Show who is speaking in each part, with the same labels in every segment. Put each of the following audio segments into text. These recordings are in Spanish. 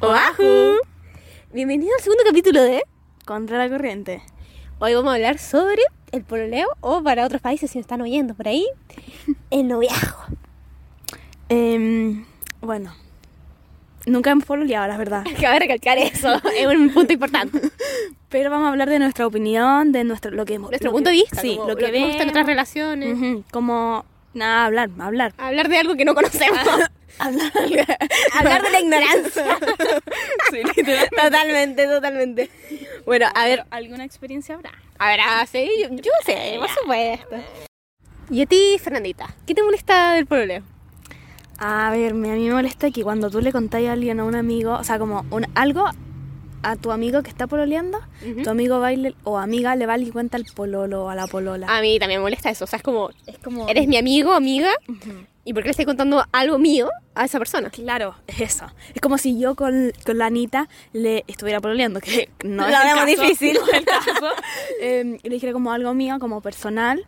Speaker 1: ¡Oahu! Bienvenido al segundo capítulo de...
Speaker 2: Contra la corriente.
Speaker 1: Hoy vamos a hablar sobre el pololeo o para otros países si nos están oyendo por ahí, el noviazgo.
Speaker 2: Em, bueno, nunca hemos pololeado, la verdad.
Speaker 1: Cabe recalcar eso, es un punto importante.
Speaker 2: Pero vamos a hablar de nuestra opinión, de nuestro, lo que hemos.
Speaker 1: Nuestro
Speaker 2: lo
Speaker 1: punto
Speaker 2: que-
Speaker 1: de vista,
Speaker 2: Sí,
Speaker 1: como
Speaker 2: lo que,
Speaker 1: nos gusta en
Speaker 2: vemos.
Speaker 1: otras relaciones.
Speaker 2: Ujú, como, nada, hablar, hablar.
Speaker 1: Hablar de algo que no conocemos.
Speaker 2: Hablar.
Speaker 1: hablar de la ignorancia.
Speaker 2: sí, literal.
Speaker 1: totalmente, totalmente. Bueno, a ver,
Speaker 2: ¿Alguna experiencia habrá?
Speaker 1: a ver, ah, sí, yo, yo sé, por supuesto. Y a ti, Fernandita, ¿qué te molesta del pololeo?
Speaker 2: A ver, me- a mí me molesta que cuando tú le contáis a alguien, a un amigo, o sea, como un, algo a tu amigo que está pololeando,
Speaker 1: Ujú.
Speaker 2: tu amigo baile o amiga le va y cuenta al pololo o a la polola.
Speaker 1: A mí también me molesta eso, o sea, es como,
Speaker 2: es como.
Speaker 1: Ah, eres mi amigo, amiga,
Speaker 2: Ujú.
Speaker 1: ¿y por qué le estoy contando algo mío a esa persona?
Speaker 2: Claro, es eso. Es como si yo con, con la Anita le estuviera pololeando, que
Speaker 1: Lo
Speaker 2: no es el
Speaker 1: vemos
Speaker 2: caso,
Speaker 1: difícil.
Speaker 2: no es el caso. Eh, y le dijera como algo mío, como personal,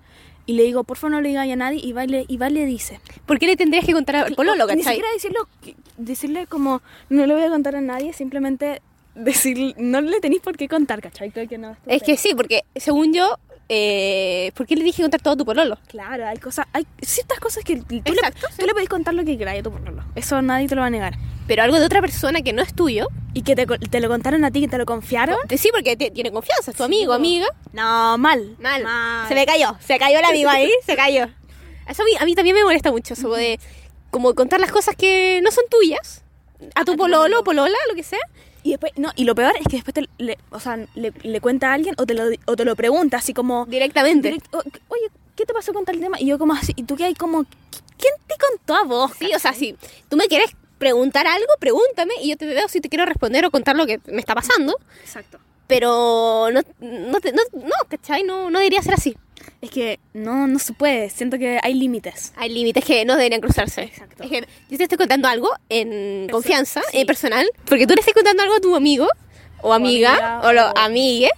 Speaker 2: y le digo, por favor no le digas a nadie, y va y le, y va y le dice.
Speaker 1: ¿Por qué le tendrías que contar al pololo,
Speaker 2: Ni
Speaker 1: cachai?
Speaker 2: siquiera decirlo, que- decirle como, no le voy a contar a nadie, simplemente decir, no le tenéis por qué contar, ¿cachai? Creo que no tu
Speaker 1: Es que
Speaker 2: pena.
Speaker 1: sí, porque según yo, eh, ¿por qué le dije contar todo a tu pololo?
Speaker 2: Claro, hay cosas, hay ciertas cosas que tú,
Speaker 1: Exacto,
Speaker 2: le, tú le podés contar lo que queráis a tu pololo. Eso nadie te lo va a negar.
Speaker 1: Pero algo de otra persona que no es tuyo,
Speaker 2: Y que te, co- te lo contaron a ti, que te lo confiaron.
Speaker 1: eh, sí, porque te- tiene confianza, es tu amigo,
Speaker 2: po.
Speaker 1: amiga.
Speaker 2: No, mal.
Speaker 1: Mal. Se me cayó, se cayó el amigo ahí, se cayó. Eso a mí, a mí también me molesta mucho, eso de como contar las cosas que no son tuyas a tu pololo, polola, lo que sea.
Speaker 2: Y después, no, y lo peor es que después te le, o sea, le, le cuenta a alguien o te lo, o te lo pregunta así como
Speaker 1: Directamente.
Speaker 2: direct- o- oye, ¿qué te pasó con tal tema? Y yo como así, y tú que hay como ¿quién te contó a vos?
Speaker 1: Sí, o sea, si tú me quieres preguntar algo, pregúntame y yo te veo si te quiero responder o contar lo que me está pasando.
Speaker 2: Exacto.
Speaker 1: Pero no, no, te- no, no, ¿cachai? No, no debería ser así.
Speaker 2: Es que no no se puede, siento que hay límites.
Speaker 1: Hay límites que no deberían cruzarse.
Speaker 2: Exacto.
Speaker 1: Es que yo te estoy contando algo en confianza,
Speaker 2: sí.
Speaker 1: en personal, porque tú le estás contando algo a tu amigo o amiga
Speaker 2: amiga,
Speaker 1: o, lo-
Speaker 2: o-
Speaker 1: amigue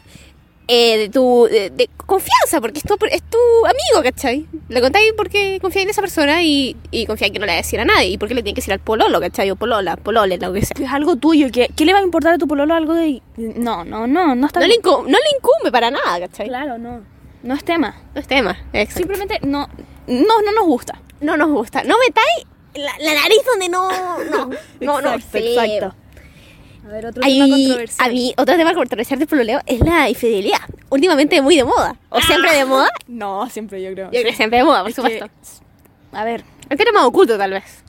Speaker 1: eh, de tu de, de confianza, porque es tu, es tu amigo, ¿cachai? Le contáis porque confía en esa persona y, y confía en que no le va a decir a nadie y porque le tiene que decir al pololo, ¿cachai? O polola, polole, lo que sea.
Speaker 2: Es algo tuyo, que ¿qué le va a importar a tu pololo algo de no, no, no, no está
Speaker 1: No le,
Speaker 2: bien.
Speaker 1: incu- no le incumbe para nada, ¿cachai?
Speaker 2: Claro, no. No es tema.
Speaker 1: No es tema. exacto.
Speaker 2: Simplemente no no no nos gusta.
Speaker 1: No nos gusta. No metáis la, la nariz donde no. No, no, no.
Speaker 2: exacto,
Speaker 1: sí.
Speaker 2: exacto. A ver, otro
Speaker 1: Ahí, a mí, otro tema controversial del pololeo es la infidelidad. Últimamente muy de moda. O siempre de moda.
Speaker 2: No, siempre yo creo.
Speaker 1: Ah. Yo creo que siempre de moda, por
Speaker 2: Es que-
Speaker 1: supuesto.
Speaker 2: a ver,
Speaker 1: Antes era más oculto, tal vez.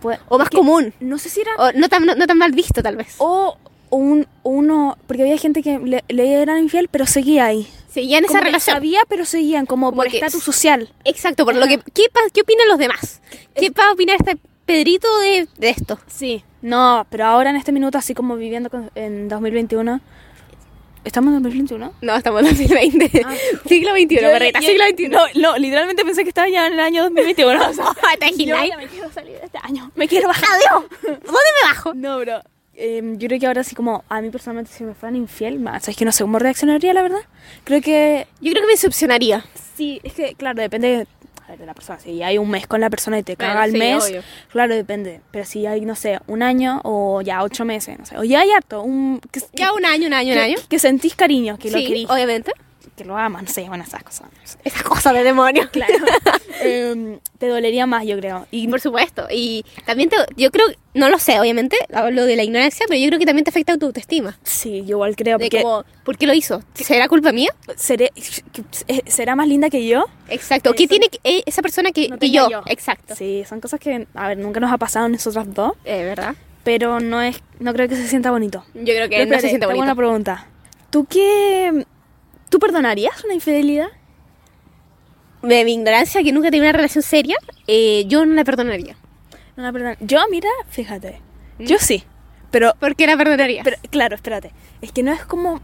Speaker 2: pues-
Speaker 1: O más
Speaker 2: que-
Speaker 1: común.
Speaker 2: no sé si era
Speaker 1: O no tan, no, no tan mal visto, tal vez.
Speaker 2: o un uno porque había gente que le, le eran infiel pero seguía ahí
Speaker 1: Seguían esa
Speaker 2: Como que
Speaker 1: relación.
Speaker 2: sabía pero seguían como,
Speaker 1: Como
Speaker 2: por
Speaker 1: que-
Speaker 2: estatus social
Speaker 1: Exacto, por lo que. ¿Qué, pa- qué opinan los demás? ¿Qué va a opinar este Pedrito de, de esto?
Speaker 2: sí no pero ahora en este minuto así como viviendo con- en 2021 estamos en 2021
Speaker 1: No, estamos en 2020.
Speaker 2: Ah.
Speaker 1: siglo XXI,
Speaker 2: Yo-
Speaker 1: perrita,
Speaker 2: yo-
Speaker 1: siglo XXI.
Speaker 2: no, no, literalmente pensé que estaba ya en el año 2021 o sea,
Speaker 1: ¿Te
Speaker 2: yo
Speaker 1: imaginas?
Speaker 2: ya me quiero salir de este año me quiero bajar
Speaker 1: Adiós. ¿Dónde me bajo?
Speaker 2: no bro Em, yo creo que ahora sí como a mí personalmente si me fueran infiel ma, sabes que no sé cómo reaccionaría la verdad creo que
Speaker 1: Yo creo que me decepcionaría.
Speaker 2: Sí, es que, claro, depende de, a ver, de la persona. Si hay un mes con la persona y te
Speaker 1: Claro,
Speaker 2: caga el
Speaker 1: sí,
Speaker 2: mes,
Speaker 1: obvio.
Speaker 2: claro, depende. Pero si hay, no sé, un año o ya ocho meses, no sé. O ya hay harto, un... Que,
Speaker 1: Ya un año, un año,
Speaker 2: que,
Speaker 1: un año.
Speaker 2: Que, sentís cariño, que lo
Speaker 1: Sí,
Speaker 2: querís,
Speaker 1: obviamente.
Speaker 2: que lo amas, no sé, bueno, esas cosas. no sé.
Speaker 1: Esa cosa de demonio.
Speaker 2: Claro. Em, te dolería más, yo creo.
Speaker 1: Y
Speaker 2: Y
Speaker 1: por supuesto. Y también te, yo creo, no lo sé, obviamente, hablo de la ignorancia, pero yo creo que también te afecta tu autoestima.
Speaker 2: sí, yo igual creo,
Speaker 1: De
Speaker 2: porque
Speaker 1: como, ¿por qué lo hizo? ¿Será culpa mía?
Speaker 2: seré, que- eh, será más linda que yo.
Speaker 1: Exacto. ¿Qué
Speaker 2: Eso.
Speaker 1: tiene que- eh, esa persona que,
Speaker 2: No
Speaker 1: que
Speaker 2: tenía
Speaker 1: yo?
Speaker 2: yo.
Speaker 1: Exacto.
Speaker 2: Sí, son cosas que, a ver, nunca nos ha pasado a nosotras dos,
Speaker 1: Eh, ¿Verdad?
Speaker 2: pero no es, no creo que se sienta bonito.
Speaker 1: Yo creo que
Speaker 2: Pero
Speaker 1: no
Speaker 2: espérate,
Speaker 1: se siente
Speaker 2: tengo
Speaker 1: bonito.
Speaker 2: una pregunta. ¿Tú qué... ¿Tú perdonarías una infidelidad?
Speaker 1: De mi ignorancia, que nunca tenía una relación seria, eh, yo no la perdonaría.
Speaker 2: No la perdon- Yo, mira, fíjate.
Speaker 1: ¿Mm?
Speaker 2: Yo sí. Pero,
Speaker 1: ¿Por qué la perdonaría?
Speaker 2: pero, claro, espérate. Es que no es como...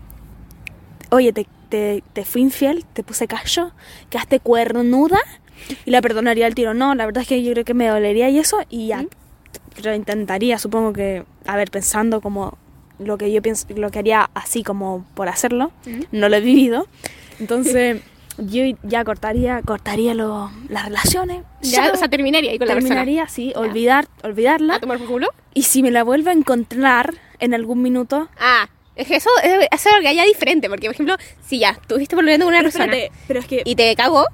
Speaker 2: Oye, te, te, te fui infiel, te puse callo, quedaste cuernuda y la perdonaría al tiro. No, la verdad es que yo creo que me dolería y eso y ya.
Speaker 1: ¿Mm?
Speaker 2: Pero intentaría, supongo que, a ver, pensando como lo que yo pienso, lo que haría así como por hacerlo,
Speaker 1: ¿Mm?
Speaker 2: no lo he vivido. Entonces, Yo ya cortaría, cortaría lo- las relaciones.
Speaker 1: Ya,
Speaker 2: Chao.
Speaker 1: o sea, terminaría ahí con la Ah,
Speaker 2: terminaría, sí, olvidar,
Speaker 1: persona.
Speaker 2: olvidarla.
Speaker 1: ¿A tomar por culo?
Speaker 2: Y si me la vuelvo a encontrar en algún minuto.
Speaker 1: Ah, es que eso es hacer algo ya diferente, porque por ejemplo, si ya estuviste volviendo con una persona
Speaker 2: pero es que.
Speaker 1: y te cagó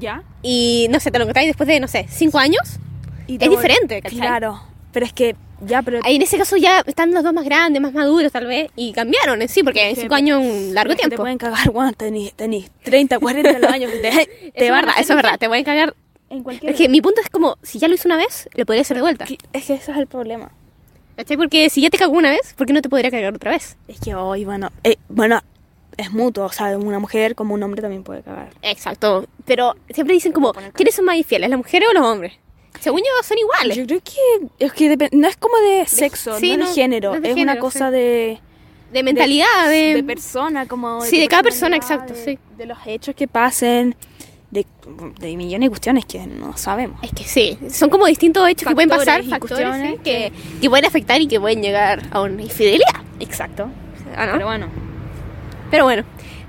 Speaker 2: ¿Ya?
Speaker 1: y no sé, te lo encontráis después de, no sé, cinco años,
Speaker 2: Y
Speaker 1: Es
Speaker 2: te vol-
Speaker 1: diferente, ¿cachai?
Speaker 2: Claro. Pero es que. Ya, pero.
Speaker 1: ahí en ese caso ya están los dos más grandes, más maduros tal vez, y cambiaron en sí, porque en
Speaker 2: que-
Speaker 1: cinco años es un largo
Speaker 2: es que Te
Speaker 1: tiempo.
Speaker 2: pueden cagar, bueno, tenís, tenís 30, 40 los años que te,
Speaker 1: Eso
Speaker 2: te
Speaker 1: es
Speaker 2: van a
Speaker 1: verdad,
Speaker 2: hacer
Speaker 1: eso es verdad, te voy a cagar.
Speaker 2: En cualquier.
Speaker 1: Es que mi punto es como, si ya lo hizo una vez, lo podría hacer de vuelta.
Speaker 2: es que eso es el problema.
Speaker 1: ¿Cachai? Porque si ya te cagó una vez, ¿por qué no te podría cagar otra vez?
Speaker 2: Es que hoy, bueno. eh, bueno, es mutuo. O sea, una mujer como un hombre también puede cagar.
Speaker 1: Exacto, pero siempre dicen como, ¿quiénes son más infieles, las mujeres o los hombres? Según yo, son iguales.
Speaker 2: Yo creo que. Es que depen- no es como de sexo,
Speaker 1: sí,
Speaker 2: no,
Speaker 1: no,
Speaker 2: de género.
Speaker 1: no es
Speaker 2: es
Speaker 1: de
Speaker 2: una
Speaker 1: género,
Speaker 2: cosa
Speaker 1: sí.
Speaker 2: de.
Speaker 1: De mentalidad, de...
Speaker 2: de persona, como.
Speaker 1: Sí,
Speaker 2: tu
Speaker 1: de cada persona,
Speaker 2: personalidad,
Speaker 1: exacto,
Speaker 2: de-
Speaker 1: sí.
Speaker 2: De los hechos que pasen, de, de millones de cuestiones que no sabemos.
Speaker 1: Es que sí, son como distintos hechos que pueden
Speaker 2: Factores
Speaker 1: pasar,
Speaker 2: y
Speaker 1: factores sí,
Speaker 2: cuestiones
Speaker 1: que, que pueden afectar y que pueden llegar a una infidelidad.
Speaker 2: Exacto.
Speaker 1: ¿o no?
Speaker 2: Pero bueno.
Speaker 1: Pero bueno,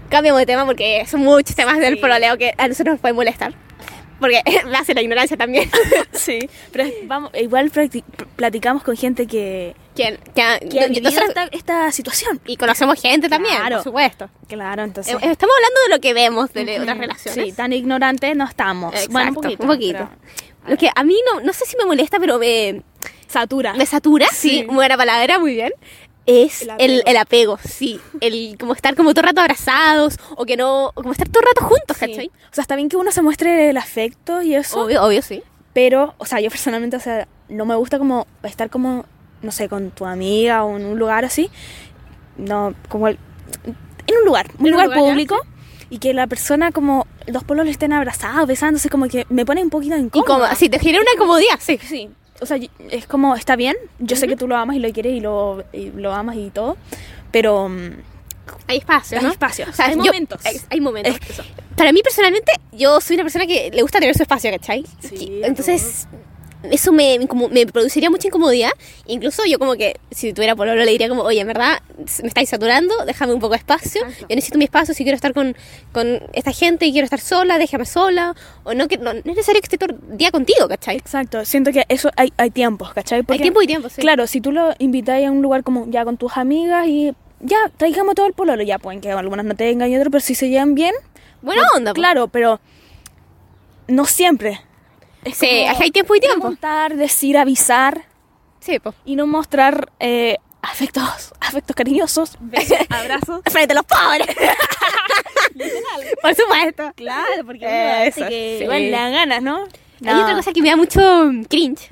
Speaker 1: cambiamos de tema porque son muchos temas del
Speaker 2: Sí.
Speaker 1: problema que a nosotros nos pueden molestar. Porque me hace la ignorancia también.
Speaker 2: sí. Pero es- vamos, igual practi- platicamos con gente que.
Speaker 1: que, que-
Speaker 2: que ha
Speaker 1: y-
Speaker 2: vivido
Speaker 1: nosotros-
Speaker 2: esta, esta situación.
Speaker 1: y conocemos gente también,
Speaker 2: Claro.
Speaker 1: por supuesto.
Speaker 2: Claro, entonces.
Speaker 1: Eh, Estamos hablando de lo que vemos de le- otras relaciones.
Speaker 2: Sí, tan ignorantes no estamos.
Speaker 1: Exacto,
Speaker 2: bueno, un poquito.
Speaker 1: Lo que a mí no, no sé si me molesta, pero me,
Speaker 2: pero- Satura.
Speaker 1: me satura, sí,
Speaker 2: Sí.
Speaker 1: buena palabra, muy bien. Es el
Speaker 2: El
Speaker 1: apego. El, apego, sí. El como estar como todo el rato abrazados o que no, o como estar todo el rato juntos,
Speaker 2: Sí.
Speaker 1: ¿cachai?
Speaker 2: O sea, está bien que uno se muestre el afecto y eso.
Speaker 1: Obvio, obvio, sí.
Speaker 2: Pero, o sea, yo personalmente, o sea, no me gusta como estar como, no sé, con tu amiga o en un lugar así. No, como el- en un lugar,
Speaker 1: En
Speaker 2: un
Speaker 1: un
Speaker 2: lugar,
Speaker 1: lugar, ya,
Speaker 2: público. Y que la persona como, los polos le estén abrazados, besándose, como que me pone un poquito
Speaker 1: Y como,
Speaker 2: incómoda.
Speaker 1: sí, te genera una comodidad, sí.
Speaker 2: Sí. O sea, y- es como, está bien, yo sé que tú lo amas y lo quieres y lo, y lo amas y todo, pero mm,
Speaker 1: Hay espacio,
Speaker 2: hay
Speaker 1: ¿no?
Speaker 2: espacios,
Speaker 1: O sea,
Speaker 2: hay
Speaker 1: yo-
Speaker 2: momentos.
Speaker 1: hay, hay momentos.
Speaker 2: Es que eso.
Speaker 1: Para mí, personalmente, yo soy una persona que le gusta tener su espacio, ¿cachai?
Speaker 2: Sí,
Speaker 1: Que- Entonces, eso me, como, me produciría mucha incomodidad. Incluso yo como que, si tuviera pololo, le diría como, oye, en verdad, me estáis saturando, déjame un poco de espacio.
Speaker 2: Exacto.
Speaker 1: Yo necesito mi espacio si quiero estar con, con esta gente y quiero estar sola, déjame sola. O no, que, no, no es necesario que esté todo el día contigo, ¿cachai?
Speaker 2: Exacto, siento que eso hay, hay tiempos, ¿cachai?
Speaker 1: Hay
Speaker 2: Porque-
Speaker 1: tiempo y tiempo, sí.
Speaker 2: Claro, si tú lo invitáis a un lugar como ya con tus amigas y ya traigamos todo el pololo, ya pueden que algunas no tengan y otras, pero si se llevan bien,
Speaker 1: Buena onda, po.
Speaker 2: claro, pero no siempre.
Speaker 1: Sí,
Speaker 2: como
Speaker 1: hay tiempo y tiempo.
Speaker 2: Contar, decir, avisar
Speaker 1: Sí, po.
Speaker 2: y no mostrar eh, afectos, afectos cariñosos, besos, abrazos.
Speaker 1: Frente a los pobres. Por supuesto.
Speaker 2: Claro, porque
Speaker 1: uno hace que
Speaker 2: que
Speaker 1: igual le dan
Speaker 2: ganas, ¿no?
Speaker 1: Hay otra cosa que me da mucho cringe,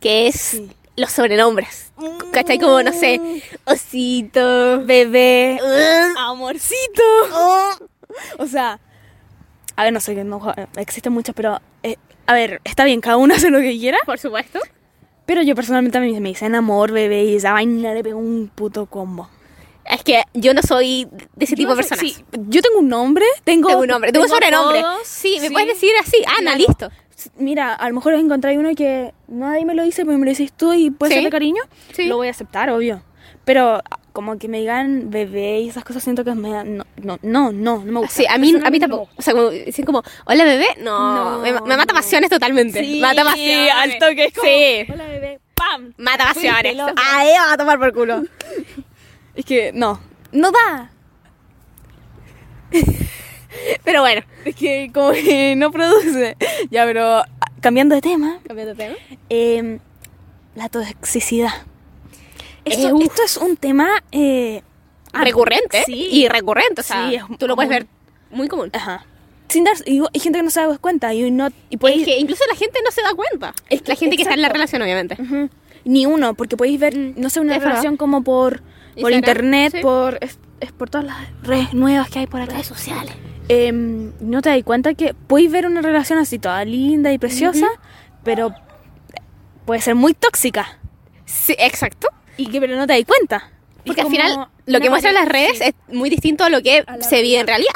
Speaker 1: que es
Speaker 2: Sí. Mm.
Speaker 1: los sobrenombres. ¿Cachai? Como, no sé, osito,
Speaker 2: Bebé,
Speaker 1: uh,
Speaker 2: amorcito. O sea, a ver, no sé, que no, existen muchos, pero eh, a ver, está bien, cada uno hace lo que quiera.
Speaker 1: por supuesto.
Speaker 2: Pero yo personalmente a mí me dicen amor, bebé, y esa vaina le pegó un puto combo.
Speaker 1: Es que yo no soy de ese tipo de
Speaker 2: Yo no
Speaker 1: personas.
Speaker 2: sé, sí, yo tengo un nombre, tengo,
Speaker 1: Tengo un nombre, tengo, un sobrenombre.
Speaker 2: apodos,
Speaker 1: sí, me puedes decir así. Ana,
Speaker 2: Claro.
Speaker 1: listo.
Speaker 2: Mira, a lo mejor encontráis uno que nadie me lo dice, pero me lo dices tú y puede
Speaker 1: Sí.
Speaker 2: ser de cariño.
Speaker 1: Sí.
Speaker 2: Lo voy a aceptar, obvio. Pero ah, como que me digan bebé y esas cosas siento que me dan- no, no, no, no, no me gusta.
Speaker 1: Sí, a mí, a mí
Speaker 2: Personalmente no me
Speaker 1: tampoco. O sea, como, dicen como, hola bebé. No,
Speaker 2: No,
Speaker 1: me, me mata
Speaker 2: no.
Speaker 1: pasiones totalmente. mata pasiones. Sí.
Speaker 2: Hola bebé, ¡pam!
Speaker 1: Mata
Speaker 2: Fuiste
Speaker 1: pasiones. Ah,
Speaker 2: loca.
Speaker 1: Ahí va a tomar por culo.
Speaker 2: Es que no, no da.
Speaker 1: Pero bueno.
Speaker 2: Es que como que no produce. Ya, pero ah, cambiando de tema,
Speaker 1: Cambiando de tema.
Speaker 2: eh, la toxicidad. Esto,
Speaker 1: Eh, uf.
Speaker 2: esto es un tema eh, ah,
Speaker 1: recurrente
Speaker 2: Sí.
Speaker 1: y recurrente, o sea,
Speaker 2: Sí, es
Speaker 1: tú lo puedes ver
Speaker 2: común.
Speaker 1: muy común.
Speaker 2: Ajá. Sin dar, y hay gente que no se da cuenta y no y
Speaker 1: Es
Speaker 2: podéis-
Speaker 1: que incluso la gente no se da cuenta.
Speaker 2: Es que-
Speaker 1: la gente que está en la
Speaker 2: exacto.
Speaker 1: relación, obviamente.
Speaker 2: Ujú. Ni uno, porque podéis ver,
Speaker 1: Mm,
Speaker 2: no sé, una
Speaker 1: es verdad.
Speaker 2: relación como por, por
Speaker 1: Instagram,
Speaker 2: internet,
Speaker 1: sí.
Speaker 2: por es, es por todas las redes nuevas que hay por acá. Redes sociales. Em, no te das cuenta que podéis ver una relación así toda linda y preciosa, pero puede ser muy tóxica.
Speaker 1: Sí, exacto.
Speaker 2: Y que pero no te das cuenta.
Speaker 1: Porque
Speaker 2: Es
Speaker 1: al
Speaker 2: como
Speaker 1: final lo que
Speaker 2: una
Speaker 1: muestran las
Speaker 2: variedad,
Speaker 1: redes
Speaker 2: sí.
Speaker 1: es muy distinto a lo que
Speaker 2: A la
Speaker 1: se vive en realidad.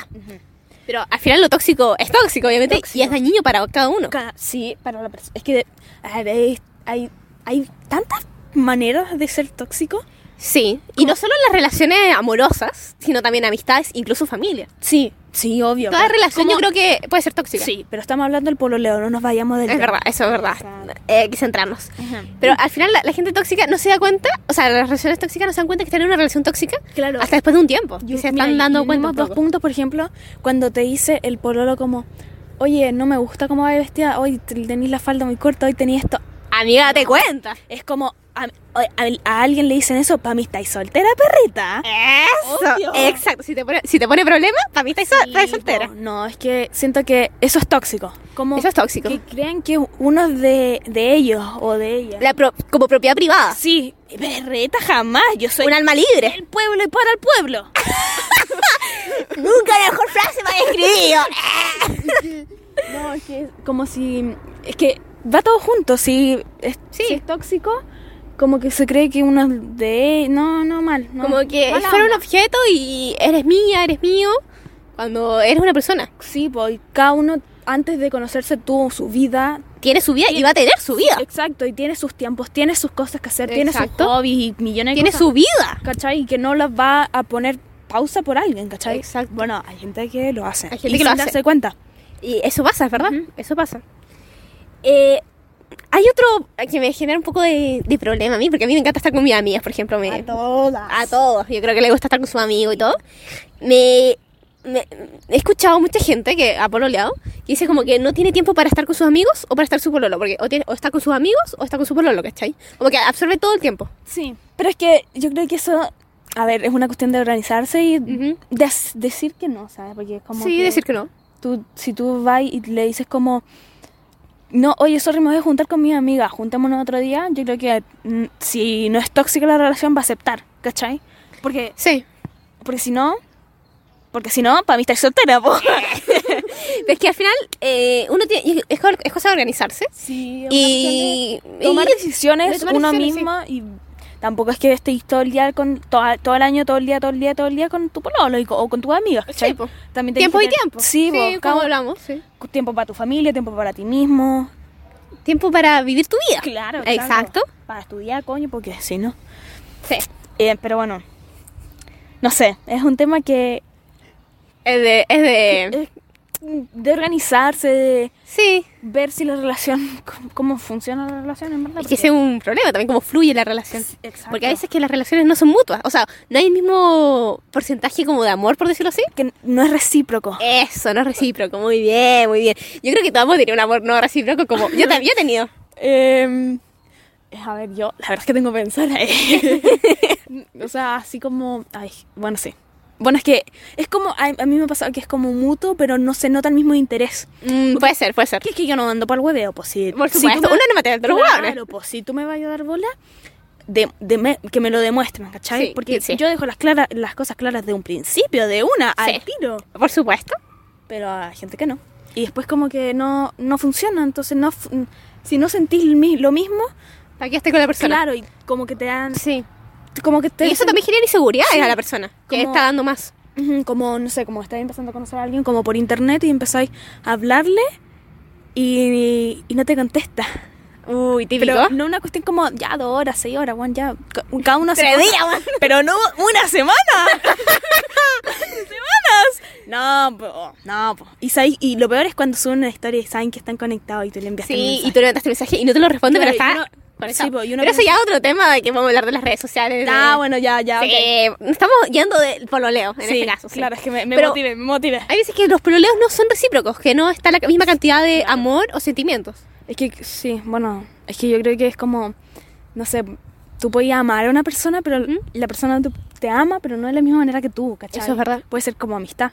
Speaker 1: Pero al final lo tóxico es tóxico, obviamente, y
Speaker 2: Tóxico.
Speaker 1: es dañino para cada uno.
Speaker 2: Ca- Sí, para la persona. Es que a ver, hay, hay, hay tantas maneras de ser tóxico.
Speaker 1: Sí, y no solo en las relaciones amorosas, sino también amistades, incluso familia.
Speaker 2: Sí, sí, obvio.
Speaker 1: Toda
Speaker 2: pero
Speaker 1: relación yo
Speaker 2: ¿cómo?
Speaker 1: creo que puede ser tóxica.
Speaker 2: Sí, pero estamos hablando del pololeo, no nos vayamos del
Speaker 1: Es
Speaker 2: tema.
Speaker 1: verdad, eso es verdad.
Speaker 2: Claro.
Speaker 1: Eh, Hay que centrarnos.
Speaker 2: Ajá.
Speaker 1: Pero al final la, la gente tóxica no se da cuenta, o sea, las relaciones tóxicas no se dan cuenta que están en una relación tóxica
Speaker 2: Claro.
Speaker 1: hasta después de un tiempo.
Speaker 2: Yo-
Speaker 1: y se
Speaker 2: mira,
Speaker 1: están dando
Speaker 2: y
Speaker 1: cuenta.
Speaker 2: tenemos
Speaker 1: un
Speaker 2: dos
Speaker 1: poco.
Speaker 2: puntos, por ejemplo, cuando te dice el pololo como, oye, no me gusta cómo va vestida, hoy te- tenís la falda muy corta, hoy tenís esto.
Speaker 1: Amiga, date cuenta.
Speaker 2: Es como, a, a- a alguien le dicen eso, pa' mí estáis soltera, perrita.
Speaker 1: Eso.
Speaker 2: Obvio.
Speaker 1: Exacto. Si te pone, si te pone problema, para mí estás, so- estás soltera.
Speaker 2: No, No, es que siento que eso es tóxico. Como
Speaker 1: Eso es tóxico.
Speaker 2: que crean que uno es de, de ellos o de ella.
Speaker 1: La pro- como propiedad privada.
Speaker 2: Sí, perreta jamás, yo soy
Speaker 1: Un alma libre.
Speaker 2: del pueblo y para el pueblo.
Speaker 1: Nunca la mejor frase me ha describido.
Speaker 2: No, es que es como si. Es que va todo junto. Si es,
Speaker 1: Sí.
Speaker 2: si es tóxico, como que se cree que uno es de. No, no, mal. no.
Speaker 1: Como que
Speaker 2: Mala
Speaker 1: fuera un
Speaker 2: onda.
Speaker 1: objeto y eres mía, eres mío, cuando eres una persona.
Speaker 2: Sí, pues cada uno, antes de conocerse, tuvo su vida.
Speaker 1: Tiene su vida y va a tener su vida.
Speaker 2: Exacto, y tiene sus tiempos, tiene sus cosas que hacer, tiene sus
Speaker 1: Exacto.
Speaker 2: hobbies y millones de
Speaker 1: Tiene
Speaker 2: cosas.
Speaker 1: su vida.
Speaker 2: ¿Cachai? Y que no las va a poner pausa por alguien, ¿cachai?
Speaker 1: Exacto.
Speaker 2: Bueno, hay gente que lo hace.
Speaker 1: Hay gente
Speaker 2: y
Speaker 1: que
Speaker 2: sin
Speaker 1: lo hace.
Speaker 2: darse cuenta.
Speaker 1: Y eso pasa, ¿verdad? Eso pasa. Eh, hay otro que me genera un poco de, de problema a mí, porque a mí me encanta estar con mis amigas, por ejemplo. Me,
Speaker 2: todas.
Speaker 1: a todos. Yo creo que le gusta estar con su amigo y todo. Me, me- he escuchado mucha gente que ha pololeado que dice como que no tiene tiempo para estar con sus amigos o para estar su pololo, porque o, tiene- o está con sus amigos o está con su pololo, ¿cachai? Como que absorbe todo el tiempo.
Speaker 2: Sí, pero es que yo creo que eso, a ver, es una cuestión de organizarse y
Speaker 1: Ujú.
Speaker 2: des- decir que no, ¿sabes? Porque es como
Speaker 1: Sí,
Speaker 2: que
Speaker 1: decir que no.
Speaker 2: tú, si tú vas y le dices como, no, oye, sorry, me voy a juntar con mi amiga, juntémonos otro día, yo creo que mm, si no es tóxica la relación va a aceptar, ¿cachai? Porque,
Speaker 1: Sí.
Speaker 2: porque si no, porque si no, para mí estáis soltera, po.
Speaker 1: Es que al final eh, uno tiene, es, co- es cosa de organizarse.
Speaker 2: Sí,
Speaker 1: Y,
Speaker 2: tomar
Speaker 1: y-
Speaker 2: decisiones
Speaker 1: de tomar
Speaker 2: uno
Speaker 1: decisiones,
Speaker 2: mismo y tampoco es que estés todo el día con toda- todo el año todo el día todo el día todo el día con tu pololo y co- o con tus amigas ¿cachai?
Speaker 1: po.
Speaker 2: también tenés
Speaker 1: Tiempo
Speaker 2: que
Speaker 1: y
Speaker 2: tener-
Speaker 1: tiempo.
Speaker 2: sí, po, cada
Speaker 1: como
Speaker 2: uno-
Speaker 1: hablamos. sí.
Speaker 2: tiempo para tu familia tiempo para ti mismo
Speaker 1: Tiempo para vivir tu vida.
Speaker 2: claro
Speaker 1: Exacto.
Speaker 2: claro. para estudiar coño porque si no
Speaker 1: Sí.
Speaker 2: Eh, pero bueno no sé es un tema que
Speaker 1: Es de, es de...
Speaker 2: es de organizarse de
Speaker 1: Sí.
Speaker 2: ver si la relación cómo, cómo funciona la relación en verdad
Speaker 1: Es que ese es un problema también, cómo fluye la relación.
Speaker 2: Exacto.
Speaker 1: Porque a veces que las relaciones no son mutuas. O sea, no hay el mismo porcentaje como de amor, por decirlo así.
Speaker 2: que no es recíproco
Speaker 1: Eh. Eso, no es recíproco. Muy bien, muy bien. Yo creo que todos tener un amor no recíproco como yo también yo he tenido.
Speaker 2: Eh, a ver, yo, la verdad es que tengo que pensar. eh. o sea, así como. Ay, bueno, sí. Bueno, es que es como. A, a mí me ha pasado que es como mutuo, pero no se nota el mismo interés.
Speaker 1: Mm, puede ser, puede ser.
Speaker 2: Que es que yo no ando para el hueveo, pues si.
Speaker 1: Por
Speaker 2: si tú
Speaker 1: supuesto,
Speaker 2: me-
Speaker 1: uno no mata a los hueones.
Speaker 2: Claro, pues si tú me vas a dar bola, de, de me- que me lo demuestren, ¿cachai?
Speaker 1: Sí,
Speaker 2: Porque
Speaker 1: sí.
Speaker 2: yo dejo las, claras, las cosas claras de un principio, de una,
Speaker 1: Sí.
Speaker 2: al tiro.
Speaker 1: Por supuesto.
Speaker 2: Pero hay gente que no. Y después, como que no, no funciona, entonces no. fu- Si no sentís mi- lo mismo,
Speaker 1: Para que esté con la persona.
Speaker 2: Claro, y como que te dan.
Speaker 1: Sí.
Speaker 2: Como que te.
Speaker 1: Y eso también genera inseguridad
Speaker 2: Sí.
Speaker 1: a la persona. Que
Speaker 2: Como-
Speaker 1: está dando más.
Speaker 2: Ujú, Como, no sé, como estáis empezando a conocer a alguien, como por internet y empezáis a hablarle y, y no te contesta.
Speaker 1: Uy, típico.
Speaker 2: Pero no una cuestión como ya dos horas, seis horas, bueno, ya. ca- Cada una
Speaker 1: Tres
Speaker 2: semana.
Speaker 1: días, weón.
Speaker 2: Pero no una semana. ¡Semanas! No, po, no, po. Y, sabéis- y lo peor es cuando suben una historia y saben que están conectados y tú le envías un
Speaker 1: Sí,
Speaker 2: mensaje.
Speaker 1: y tú le mandaste mensaje y no te lo responde,
Speaker 2: Claro,
Speaker 1: pero
Speaker 2: y
Speaker 1: está.
Speaker 2: uno-
Speaker 1: conectado.
Speaker 2: sí, po, y uno
Speaker 1: pero eso ya es otro tema de que vamos a hablar de las redes sociales.
Speaker 2: Ah,
Speaker 1: de-
Speaker 2: bueno, ya, ya. ok.
Speaker 1: Sí, estamos yendo del pololeo en
Speaker 2: Sí,
Speaker 1: este caso. sí.
Speaker 2: Claro, es que me, me
Speaker 1: Pero
Speaker 2: motivé, me motivé.
Speaker 1: Hay veces que los pololeos no son recíprocos, que no está la misma cantidad de amor o sentimientos.
Speaker 2: Es que sí, bueno, es que yo creo que es como, no sé, tú podías amar a una persona, pero la persona te, te ama, pero no de la misma manera que tú, ¿cachai?
Speaker 1: ¿Mm? Eso es verdad.
Speaker 2: Puede ser como amistad.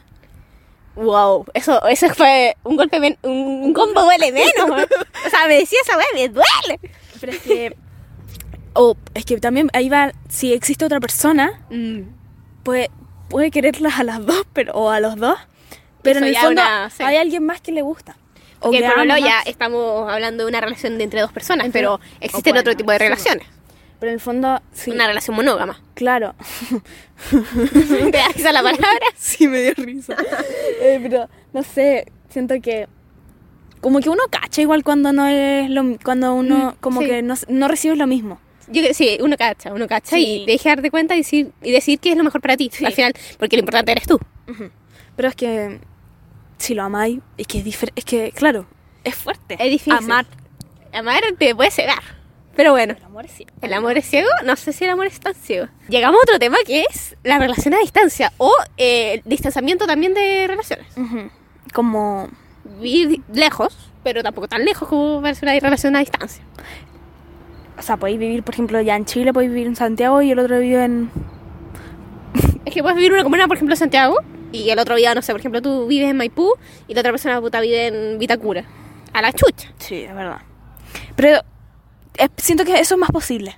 Speaker 1: Wow, eso, eso fue un golpe, men- un, un combo duele menos.
Speaker 2: ¿eh?
Speaker 1: weón. o sea, me decía esa weá, me duele.
Speaker 2: Pero es que, o es que también ahí va, si existe otra persona, puede, puede quererlas a las dos, pero, o a los dos, pero
Speaker 1: Eso
Speaker 2: en el
Speaker 1: ya
Speaker 2: fondo
Speaker 1: una- sí.
Speaker 2: hay alguien más que le gusta.
Speaker 1: Porque el
Speaker 2: que ama
Speaker 1: pololeo ya
Speaker 2: más.
Speaker 1: estamos hablando de una relación de entre dos personas,
Speaker 2: Ujú.
Speaker 1: pero existen
Speaker 2: O
Speaker 1: otro
Speaker 2: bueno,
Speaker 1: tipo de
Speaker 2: sí,
Speaker 1: relaciones.
Speaker 2: Pero en el fondo, sí,
Speaker 1: Una relación monógama.
Speaker 2: claro.
Speaker 1: ¿Te das esa la palabra?
Speaker 2: Sí, me dio risa. Eh, pero, no sé, siento que... Como que uno cacha igual cuando no es lo, cuando
Speaker 1: Mm,
Speaker 2: uno como
Speaker 1: sí.
Speaker 2: que no, no recibes lo mismo.
Speaker 1: yo creo- sí, uno cacha, uno cacha y
Speaker 2: Sí.
Speaker 1: dejar de cuenta y decir, y decir qué es lo mejor para ti
Speaker 2: Sí.
Speaker 1: al final, porque lo importante eres tú.
Speaker 2: Ujú. Pero es que si lo amáis, es que es difer- es que, claro, es fuerte.
Speaker 1: Es difícil.
Speaker 2: Amar.
Speaker 1: Amar te puede cegar, pero bueno.
Speaker 2: El amor es ciego.
Speaker 1: ¿El amor es ciego? No sé si el amor es tan ciego. Llegamos a otro tema que es la relación a distancia o eh, el distanciamiento también de relaciones.
Speaker 2: Ujú. Como
Speaker 1: Vivir lejos, pero tampoco tan lejos como parece una relación a distancia.
Speaker 2: O sea, podéis vivir, por ejemplo, ya en Chile, podéis vivir en Santiago y el otro vive en...
Speaker 1: Es que puedes vivir en una comuna, por ejemplo, en Santiago, y el otro día, no sé, por ejemplo, tú vives en Maipú y la otra persona puta vive en Vitacura. A la chucha.
Speaker 2: Sí, es verdad. Pero eh, siento que eso es más posible.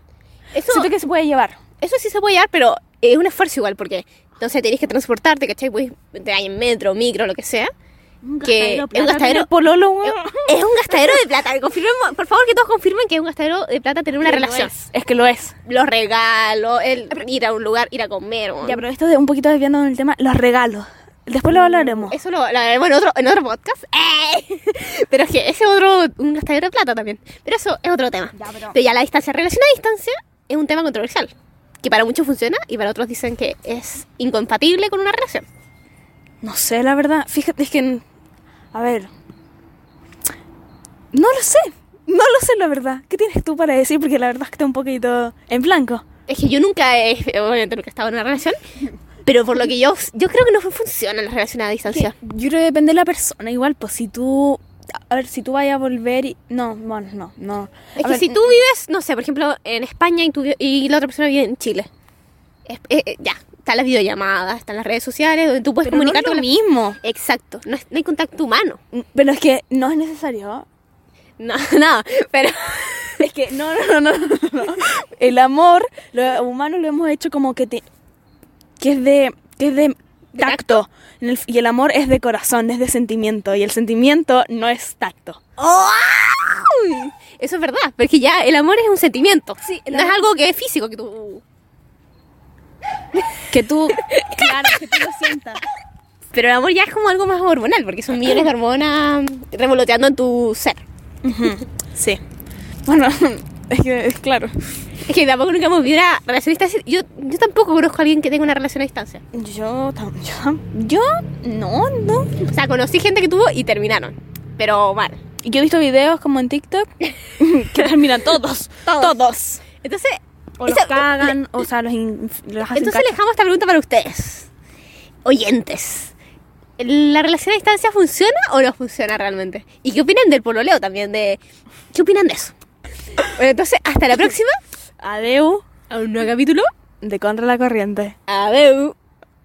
Speaker 1: Eso,
Speaker 2: Siento que se puede llevar.
Speaker 1: eso sí se puede llevar, pero es un esfuerzo igual, porque entonces tenés que transportarte, ¿cachai? Puedes, te hay en metro, micro, lo que sea. Que es un gastadero.
Speaker 2: pololo,
Speaker 1: Es
Speaker 2: weón.
Speaker 1: es un gastadero de plata. Confirmen- por favor, que todos confirmen que es un gastadero de plata tener una
Speaker 2: Que lo
Speaker 1: relación.
Speaker 2: es. Es que lo es.
Speaker 1: Los regalos, el ir a un lugar, ir a comer. weón.
Speaker 2: Ya, pero esto de un poquito desviando del tema, los regalos. Después
Speaker 1: Mm,
Speaker 2: lo hablaremos.
Speaker 1: Eso lo, lo hablaremos en otro, en otro podcast. ¡Eh! Pero es que ese es otro, un gastadero de plata también. Pero eso es otro tema.
Speaker 2: Ya, pero-
Speaker 1: ya la distancia, relación a distancia, es un tema controversial. Que para muchos funciona y para otros dicen que es incompatible con una relación.
Speaker 2: No sé, la verdad. Fíjate, es que... A ver. No lo sé. No lo sé, la verdad. ¿Qué tienes tú para decir? Porque la verdad es que está un poquito en blanco.
Speaker 1: Es que yo nunca he, obviamente nunca he estado en una relación, pero por lo que yo, yo creo que no funcionan las relaciones a
Speaker 2: que
Speaker 1: distancia.
Speaker 2: yo creo que depende de la persona igual, pues si tú... A ver, si tú vayas a volver y... No, bueno, no, no.
Speaker 1: Es
Speaker 2: A
Speaker 1: que
Speaker 2: ver, mm.
Speaker 1: si tú vives, no sé, por ejemplo, en España y, tú vi- y la otra persona vive en Chile. Es- eh, eh, ya, están las videollamadas, están las redes sociales, donde tú puedes
Speaker 2: pero no es
Speaker 1: comunicarte
Speaker 2: lo
Speaker 1: con la-
Speaker 2: mismo.
Speaker 1: Exacto, no, es- no hay contacto humano.
Speaker 2: Pero es que no es necesario.
Speaker 1: No, no, pero
Speaker 2: Es que no, no, no, no, no, no. El amor, lo humano lo hemos hecho como que te- que es de que es de tacto. En el- y el amor es de corazón, es de sentimiento y el sentimiento no es tacto.
Speaker 1: ¡Uy! eso es verdad, porque ya el amor es un sentimiento.
Speaker 2: el
Speaker 1: no
Speaker 2: amor-
Speaker 1: es algo que es físico, que tú...
Speaker 2: Que tú claro, que tú lo sientas.
Speaker 1: Pero el amor ya es como algo más hormonal, porque son millones de hormonas revoloteando en tu ser.
Speaker 2: Ujú, Sí. Bueno, es que es claro.
Speaker 1: Es que tampoco nunca hemos vivido una relación a distancia. Yo, yo tampoco conozco a alguien que tenga una relación a distancia.
Speaker 2: Yo, tam- yo, tam- yo, no, no.
Speaker 1: O sea, conocí gente que tuvo y terminaron. Pero mal.
Speaker 2: Yo he visto videos como en TikTok que terminan todos,
Speaker 1: Todos.
Speaker 2: todos.
Speaker 1: Entonces,
Speaker 2: O los
Speaker 1: Eso-
Speaker 2: cagan, o sea, los, in- los hacen
Speaker 1: entonces
Speaker 2: caca.
Speaker 1: les dejamos esta pregunta para ustedes. Oyentes. ¿La relación a distancia funciona o no funciona realmente? ¿Y qué opinan del pololeo también? De, ¿Qué opinan de eso? Bueno, entonces, hasta la próxima.
Speaker 2: Adeu
Speaker 1: A un nuevo capítulo.
Speaker 2: de Contra la Corriente.
Speaker 1: Adeu.